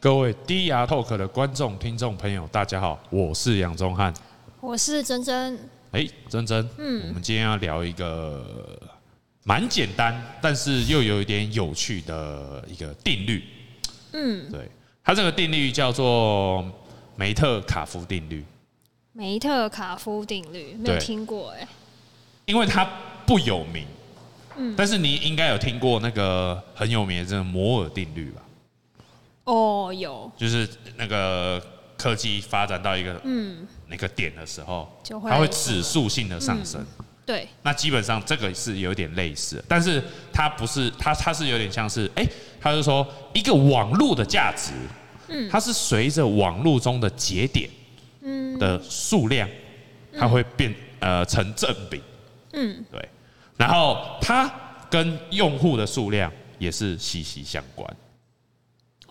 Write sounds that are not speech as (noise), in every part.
各位低牙 Talk 的观众、听众朋友，大家好，我是杨宗翰。我是珍珍，哎，珍珍，嗯，我们今天要聊一个蛮简单，但是又有一点有趣的一个定律。嗯，对，它这个定律叫做梅特卡夫定律，梅特卡夫定律没有对听过哎、因为它不有名。嗯，但是你应该有听过那个很有名的这个摩尔定律吧？哦，有就是那个科技发展到一个嗯那个点的时候，就会它会指数性的上升。对，那基本上这个是有点类似，但是它不是它它是有点像是哎，它是说一个网络的价值，嗯，它是随着网络中的节点，嗯的数量，它会变呃成正比，嗯，对，然后它跟用户的数量也是息息相关。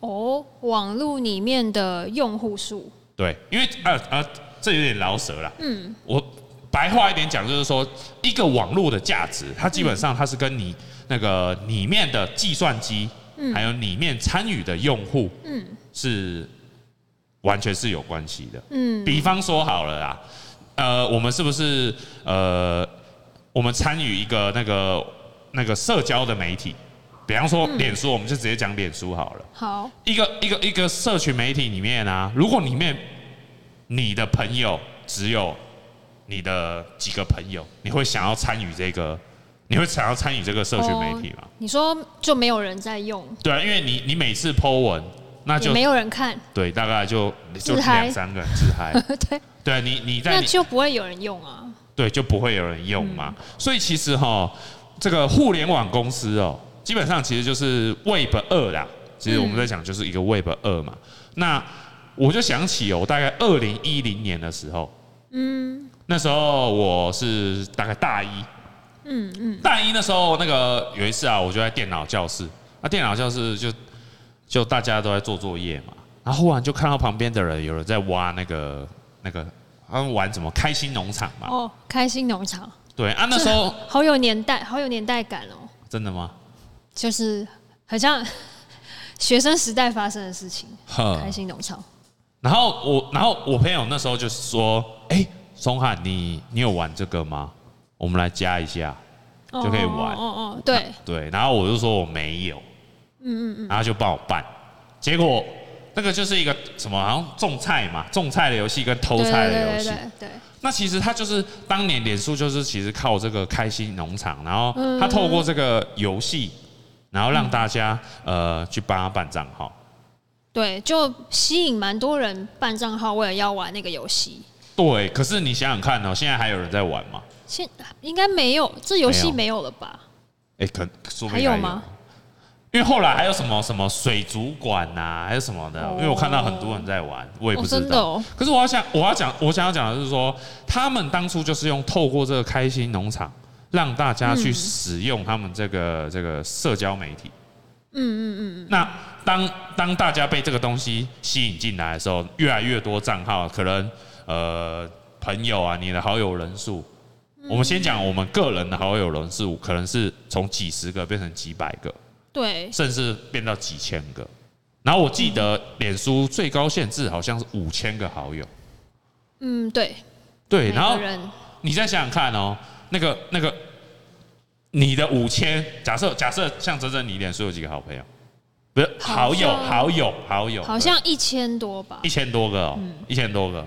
哦，网络里面的用户数，对，因为呃呃，这有点饶舌啦。嗯，我白话一点讲，就是说一个网络的价值，它基本上它是跟你那个里面的计算机，还有里面参与的用户，嗯，是完全是有关系的。嗯，比方说好了啦，呃，我们是不是呃，我们参与一个那个那个社交的媒体，比方说脸书，我们就直接讲脸书好了。好，一个一个一个社群媒体里面啊，如果里面你的朋友只有你的几个朋友，你会想要参与这个，你会想要参与这个社群媒体吗哦？你说就没有人在用，对啊，因为你你每次 Po 文，那也就没有人看，对，大概就就自嗨两三个人自嗨， (laughs) 对，对啊你你在那你就不会有人用啊。对就不会有人用嘛。所以其实哈，这个互联网公司哦，基本上其实就是 Web 二啦。其实我们在讲就是一个 Web 二嘛。那我就想起哦，我大概二零一零年的时候，嗯，那时候我是大概大一，嗯嗯，大一那时候那个有一次啊，我就在电脑教室，那电脑教室就就大家都在做作业嘛，然后忽然就看到旁边的人有人在挖那个那个。他们玩什么开心农场嘛？哦，开心农场，对啊，那时候这好有年代，好有年代感哦，真的吗？就是很像 (laughs) 学生时代发生的事情。呵开心农场，然后我，然后我朋友那时候就是说：“哎、松汉，你你有玩这个吗？我们来加一下。就可以玩哦哦哦，对，”对，然后我就说我没有，嗯嗯嗯，然后就帮我办。结果那个就是一个什么，好像种菜嘛，种菜的游戏跟偷对菜对的游对戏。对对，那其实他就是当年脸书就是其实靠这个开心农场，然后嗯他透过这个游戏，然后让大家、呃去帮他办账号。对，就吸引蛮多人办账号，为了要玩那个游戏。对，可是你想想看哦，现在还有人在玩吗？现应该没有，这游没戏有没有了吧？哎、可说不还定有吗？？因为后来还有什么什么水族馆呐、还有什么的，哦因为我看到很多人在玩，我也不哦，知真的道。哦，可是我要想，我要讲，我想要讲的是说，他们当初就是用透过这个开心农场，让大家去使用他们这个这个社交媒体。嗯嗯嗯嗯。那当当大家被这个东西吸引进来的时候，越来越多账号，可能呃朋友啊，你的好友人数，我们先讲我们个人的好友人数，可能是从几十个变成几百个。对，甚至变到几千个。然后我记得脸书最高限制好像是五千个好友，嗯，对，对。每然后个人你再想想看哦，那个那个，你的五千，假设假设像真正你脸书有几个好朋友？不是好好友像好友好友，好像嗯一千多吧一，千多个哦，一千多个。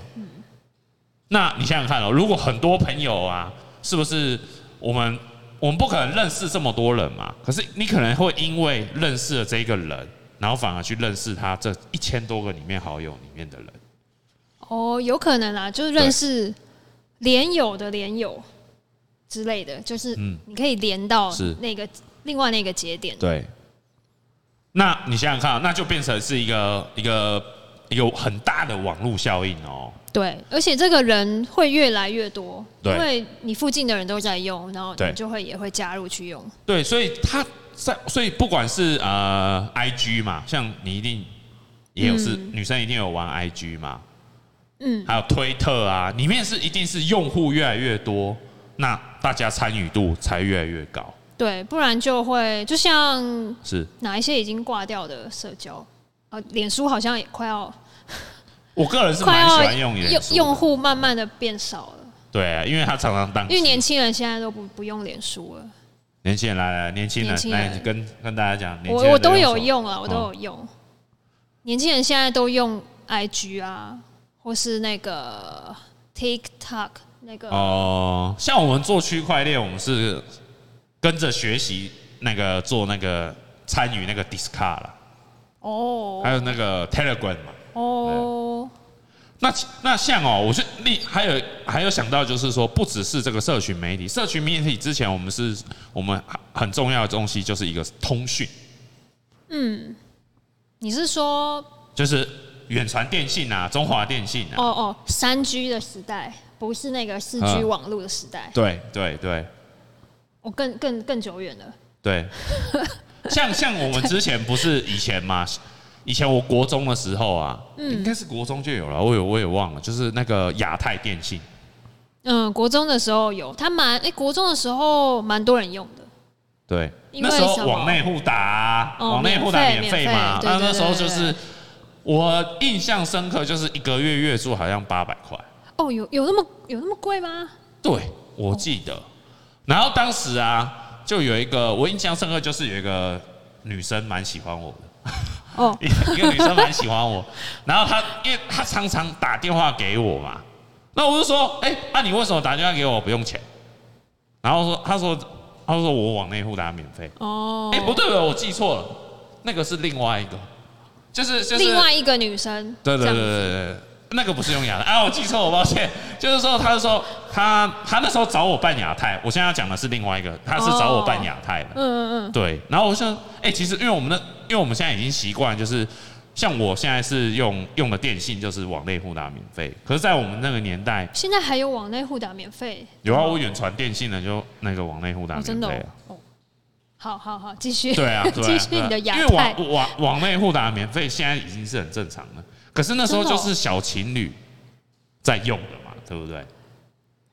那你想想看哦，如果很多朋友啊，是不是我们我们不可能认识这么多人嘛？可是你可能会因为认识了这一个人，然后反而去认识他这一千多个里面好友里面的人。哦，有可能啊，就是认识连友的连友之类的，就是嗯你可以连到是那个另外那个节点。对。那你想想看哦，那就变成是一个一个一个很大的网络效应哦。对，而且这个人会越来越多，对因为你附近的人都在用，然后对你就会也会加入去用。对，所以他在，所以不管是呃 IG 嘛，像你一定也有是、嗯女生一定有玩 IG 嘛，嗯，还有推特啊，里面是一定是用户越来越多，那大家参与度才越来越高，对，不然就会就像是哪一些已经挂掉的社交哦，脸书好像也快要我个人是快蛮喜要欢用脸用书的嗯用户慢慢的变少了，对，啊因为他常常当因为年轻人现在都不不用脸书了。年轻人来来，年轻人年轻来人跟跟大家讲，年轻我人我都在有什么用啊，我都有嗯用。年轻人现在都用 IG 啊，或是那个 TikTok 那个，哦、像我们做区块链，我们是跟着学习那个做那个参与那个 Discard 啦，还哦有那个 Telegram 嘛。哦，那那像哦，我是另还有还有想到就是说，不只是这个社群媒体，社群媒体之前我们是我们很重要的东西就是一个通讯，你是说就是远传电信啊、中华电信啊，哦哦三 G 的时代，不是那个四 G 嗯网络的时代，对对对我更更更久远了。 (laughs) 对，像像我们之前不是以前嘛，以前我国中的时候啊，嗯应该是国中就有了，我也我也忘了，就是那个亚太电信，嗯，国中的时候有，他蛮哎、国中的时候蛮多人用的。对，因为那时候什么往内互打、啊，哦往内互打免费免费嘛免费。对那对那时候就对对是我印象深刻，就是一个月月租好像八百块，哦，有有那么有那么贵吗？对我记得。然后当时啊，就有一个我印象深刻，就是有一个女生蛮喜欢我的， (laughs) 哦，一个女生蛮喜欢我。然后她因为她常常打电话给我嘛，那我就说，哎、那、你为什么打电话给我不用钱？然后说，她说，她说我往内互打免费。哦，哎、不对了，我记错了，那个是另外一个，就是就是另外一个女生，对对对这样对子对，对那个不是用亚太啊，我记错，我抱歉。就是说，他说他他那时候找我办亚太，我现在要讲的是另外一个，他是找我哦办亚太的， (laughs) 嗯嗯对。然后我想，哎、其实因为我们的，因为我们现在已经习惯，就是像我现在是用用的电信就是往内互打免费，可是，在我们那个年代嗯，，现在还有网内互打免费，有啊，我远传电信的就那个往内互打哦，真免的费啊哦。哦，好好好，继续，对啊， (laughs) 对啊继续你的对啊亚因为太，网网网内互打免费，现在已经是很正常了。可是那时候真的就哦是小情侣在用的嘛，对不对？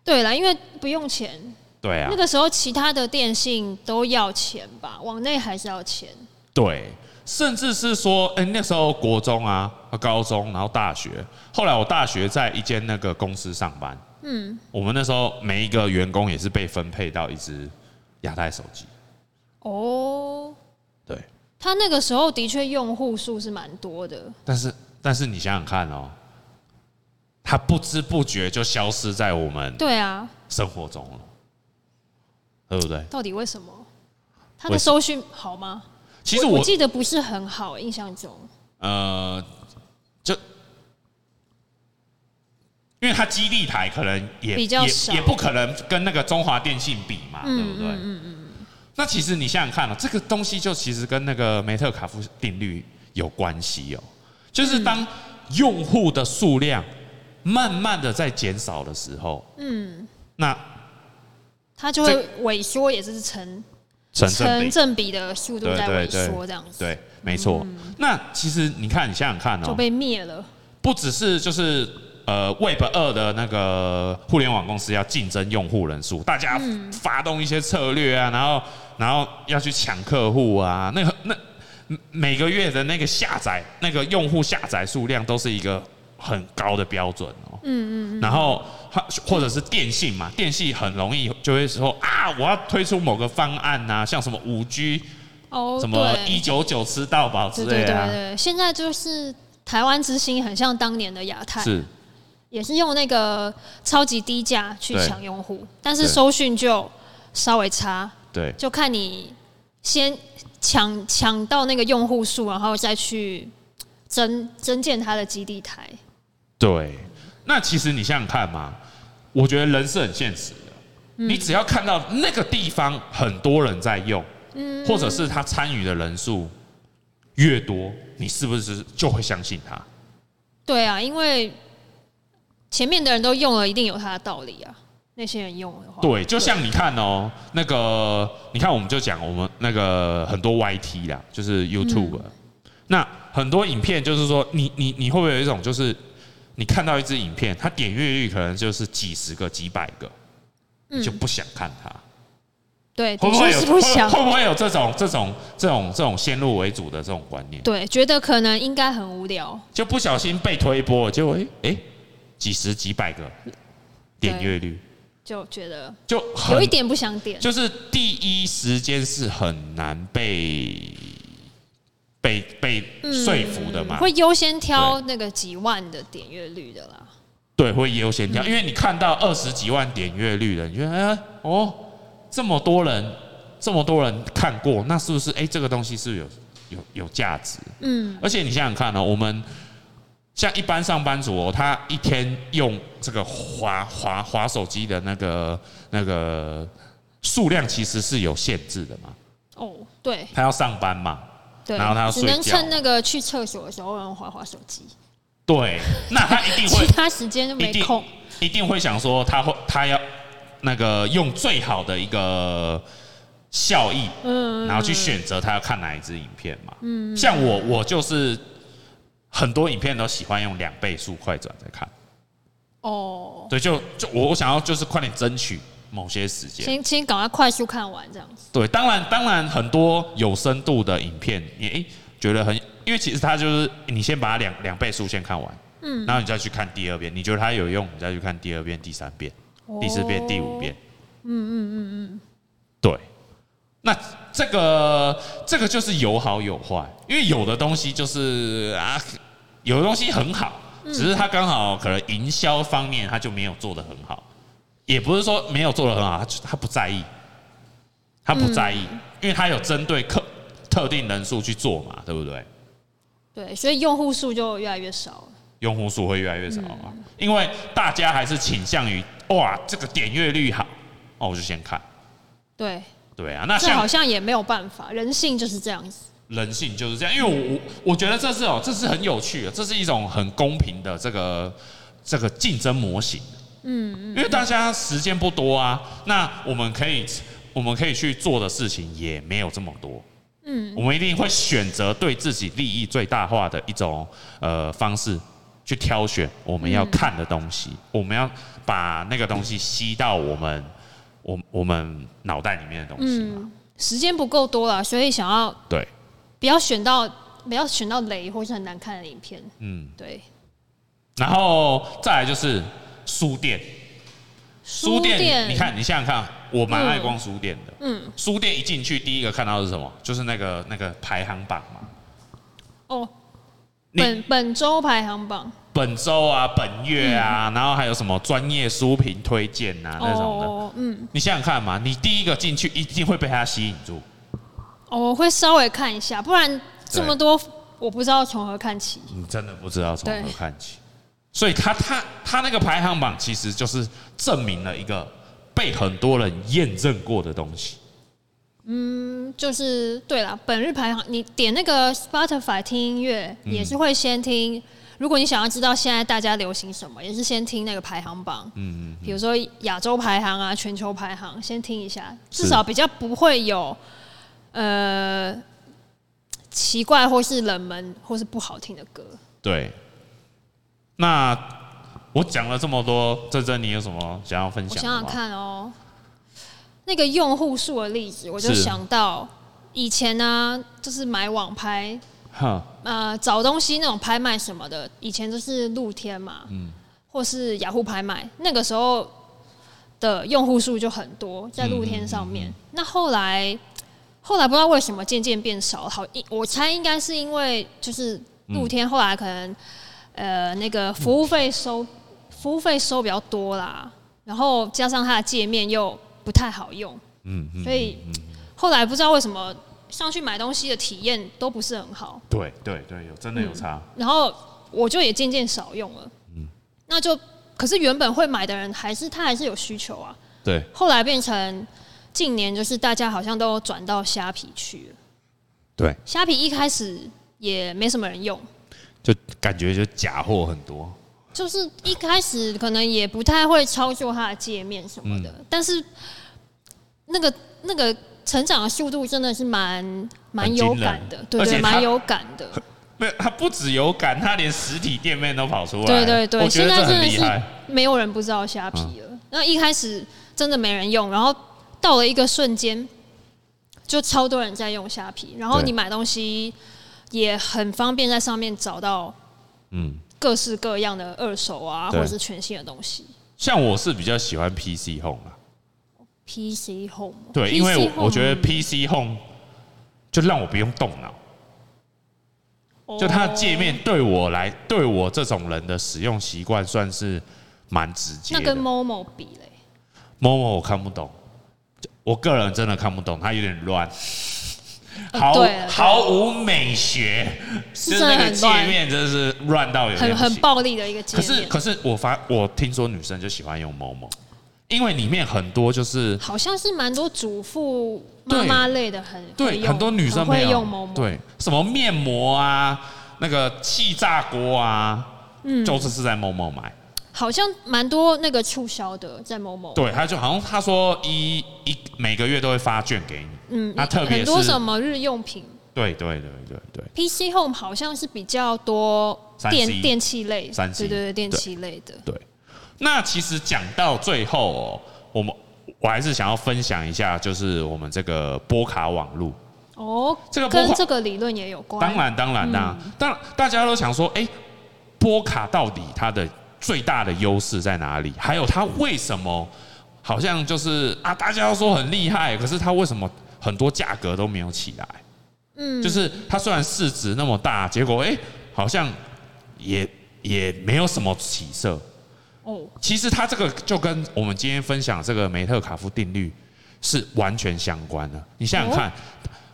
对了，因为不用钱，对啊那，个时候其他的电信都要钱吧，网内还是要钱，对，甚至是说，哎、那时候国中啊、高中，然后大学，后来我大学在一间那个公司上班，嗯，我们那时候每一个员工也是被分配到一只亚太手机，哦，对，他那个时候的确用户数是蛮多的，但是但是你想想看哦，它不知不觉就消失在我们对啊，生活中了，对不对？到底为什么？他为的什收讯好吗？其实我我记得不是很好，印象中，呃，就因为它基地台可能也比较也少嗯也不可能跟那个中华电信比嘛，对不对？那其实你想想看哦，这个东西就其实跟那个梅特卡夫定律有关系哦，就是当用户的数量慢慢的在减少的时候，嗯，那他就会萎缩，也是成成正比成正比的速度对在对萎对缩，这样子嗯对，没错。那其实你看，你想想看就哦，被灭了。不只是就是呃 Web 二的那个互联网公司要竞争用户人数，大家发动一些策略啊，然后然后要去抢客户啊，那个那每个月的那个下载那个用户下载数量都是一个很高的标准哦。嗯嗯。然后它或者是电信嘛，电信很容易就会说啊，我要推出某个方案呐、像什么五 G。哦，什么对一九九吃到饱之对类对的、对啊，对，现在就是台湾之星，很像当年的亚太，是也是用那个超级低价去对抢用户，但是对收讯就稍微差，对就看你先抢抢到那个用户数，然后再去增增建它的基地台。对。那其实你想想看嘛，我觉得人是很现实的，你只要看到那个地方很多人在用，或者是他参与的人数越多，你是不是就会相信他？对啊，因为前面的人都用了，一定有它的道理啊。那些人用的话，对，就像你看哦，那个你看，我们就讲我们那个很多 YT 啦，就是 YouTube，、那很多影片就是说，你你你会不会有一种就是你看到一支影片，它点阅率可能就是几十个、几百个，你就不想看它，对，会的不确会有是不想会，会不会有这种这种这种这种先入为主的这种观念？对，觉得可能应该很无聊，就不小心被推波，就哎哎、诶几十几百个点阅率，就觉得就很有一点不想点。就是第一时间是很难被被被说服的嘛，嗯会优先挑那个几万的点阅率的啦。对，会优先跳，因为你看到二十几万点阅率了，你觉得哎呀哦，这么多人这么多人看过，那是不是哎、这个东西是不是有有有价值？嗯，而且你想想看哦，我们像一般上班族哦，他一天用这个滑滑滑手机的那个那个数量其实是有限制的嘛，哦，对他要上班嘛，对，然后他要只能睡觉趁那个去厕所的时候，然后划划手机，对，那他一定会其他时间就一没定空。一定会想说他会他要那个用最好的一个效益，嗯，然后去选择他要看哪一支影片嘛。嗯，像我我就是很多影片都喜欢用两倍速快转在看，哦，对，就就我我想要就是快点争取某些时间。先先赶快快速看完这样子。对，当然当然很多有深度的影片也、诶觉得很，因为其实它就是你先把它两两倍速先看完，嗯，然后你再去看第二遍，你觉得它有用，你再去看第二遍、第三遍。第四遍、第五遍。嗯嗯嗯哦嗯，对。那这个这个就是有好有坏，因为有的东西就是啊，有的东西很好，只是它刚好可能营销方面它就没有做得很好，也不是说没有做得很好，他就他不在意，他不在嗯意，因为他有针对客特定人数去做嘛，对不对？对，所以用户数就越来越少了。用户数会越来越少啊，嗯因为大家还是倾向于哇这个点阅率好，哦我就先看，对，对啊，那这好像像也没有办法，人性就是这样子。人性就是这样，因为我我我觉得这是哦，这是很有趣的，这是一种很公平的这个这个竞争模型。嗯嗯，因为大家时间不多啊，那我们可以我们可以去做的事情也没有这么多。嗯，我们一定会选择对自己利益最大化的一种呃方式去挑选我们要看的东西，我们要把那个东西吸到我们我我们脑袋里面的东西嘛。嗯，时间不够多了，所以想要对，不要选到不要选到雷或是很难看的影片。嗯。对，然后再来就是书店，书店，你看，你想想看，我蛮爱逛书店的。嗯，书店一进去，第一个看到的是什么？就是那个那个排行榜嘛。哦，你本本周排行榜，本周啊，本月啊，然后还有什么专业书评推荐啊那种的。哦，嗯，你想想看嘛，你第一个进去一定会被它吸引住。哦我会稍微看一下，不然这么多我不知道从何看起。你真的不知道从何对看起。所以他他他那个排行榜其实就是证明了一个被很多人验证过的东西。嗯，就是对了，本日排行，你点那个 Spotify 听音乐也是会先听。如果你想要知道现在大家流行什么，也是先听那个排行榜，嗯，比如说亚洲排行啊、全球排行，先听一下，至是少比较不会有呃奇怪或是冷门或是不好听的歌。对，那我讲了这么多，珍珍，你有什么想要分我享想的想吗？看哦，那个用户数的例子，我就是想到以前呢、就是买网拍，哼，呃，找东西那种拍卖什么的，以前都是露天嘛，嗯或是雅虎拍卖，那个时候的用户数就很多，在露天上嗯面。那后来，后来不知道为什么渐渐变少了，好，应我猜应该是因为就是露天后来可能、呃那个服务费收服务费收比较多啦，然后加上它的界面又不太好用，嗯嗯，所以后来不知道为什么上去买东西的体验都不是很好。对对对，有真的有嗯差，然后我就也渐渐少用了。那就可是原本会买的人还是他还是有需求啊。对，后来变成近年就是大家好像都转到虾皮去了。对，虾皮一开始也没什么人用，就感觉就假货很多，就是一开始可能也不太会操作它的界面什么的，嗯但是那个那个成长的速度真的是蛮蛮很有惊人感的，对而且对，它蛮有感的。没有，他不只有感，他连实体店面都跑出来，对对对，我觉现得在这很真的厉是害，没有人不知道虾皮了。那一开始真的没人用，然后到了一个瞬间，就超多人在用虾皮，然后对你买东西也很方便，在上面找到嗯，各式各样的二手啊，或对者是全新的东西。像我是比较喜欢 PC Home 啦， PC Home 吗对，因为 PC 我我觉得 Home， PC Home 就让我不用动脑，哦就它的界面对我来，对我这种人的使用习惯算是蛮直接那的。跟 Momo 比嘞，某某我看不懂，我个人真的看不懂，它有点乱，呃毫对了毫无美学，是就是那真的个很界乱面真的是乱到有很点不很行。暴力的一个界可是面，可是我发我听说女生就喜欢用某某，因为里面很多就是好像是蛮多主妇对妈妈类的很会对用很多女生很没会有用 Momo，对什么面膜啊，那个气炸锅啊，嗯就是是在某某买。好像蛮多那个促销的在 Momo，对，他就好像他说一一每个月都会发券给你，嗯，那特别很多是什么日用品对对对对对， ，PC Home 好像是比较多 3C 电电器类，对 3C 对对，电器类的，对，那其实讲到最后哦，我们我还是想要分享一下，就是我们这个波卡网路。哦，这个跟波卡这个理论也有关，当然，当然啦、当然大家都想说，哎、波卡到底它的最大的优势在哪里？还有它为什么好像就是啊，大家都说很厉害，可是它为什么很多价格都没有起来？嗯，就是它虽然市值那么大，结果哎、好像也也没有什么起色。哦，其实它这个就跟我们今天分享这个梅特卡夫定律是完全相关的。你想想看，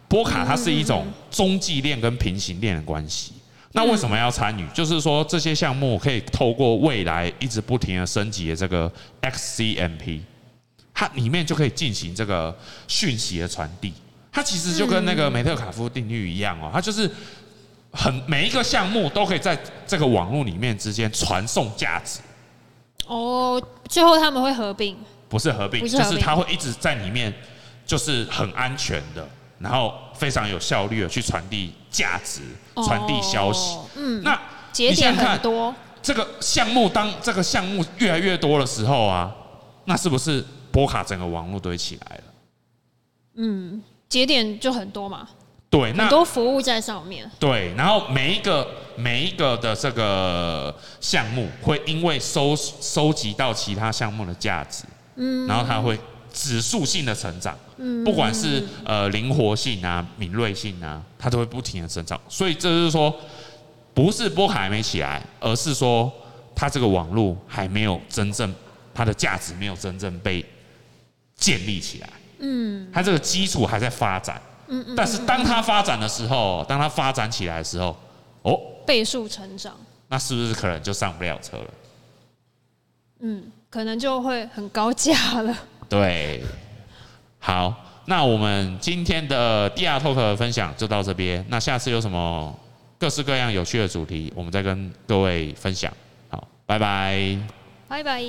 波卡它是一种中继链跟平行链的关系。那为什么要参与？就是说这些项目可以透过未来一直不停的升级的这个 XCMP，它里面就可以进行这个讯息的传递。它其实就跟那个梅特卡夫定律一样哦，它就是很每一个项目都可以在这个网络里面之间传送价值。哦，最后他们会合并，不是合并，不是就合并是它会一直在里面，就是很安全的，然后非常有效率的去传递价值、传递消息。哦，嗯，那节你想想点很看，多，这个项目当这个项目越来越多的时候啊，那是不是波卡整个网络堆起来了？节点就很多嘛，对，很那多服务在上面，对，然后每一个每一个的这个项目会因为收收集到其他项目的价值，嗯，然后它会指数性的成长，嗯，不管是呃灵活性啊、敏锐性啊，它都会不停的成长。所以这就是说，不是波卡还没起来，而是说它这个网络还没有真正它的价值没有真正被建立起来，嗯，它这个基础还在发展。但是当它发展的时候，当它发展起来的时候，哦，倍数成长，那是不是可能就上不了车了？嗯，可能就会很高价了。对，好，那我们今天的第二 talk 的分享就到这边。那下次有什么各式各样有趣的主题，我们再跟各位分享。好，拜拜。拜拜。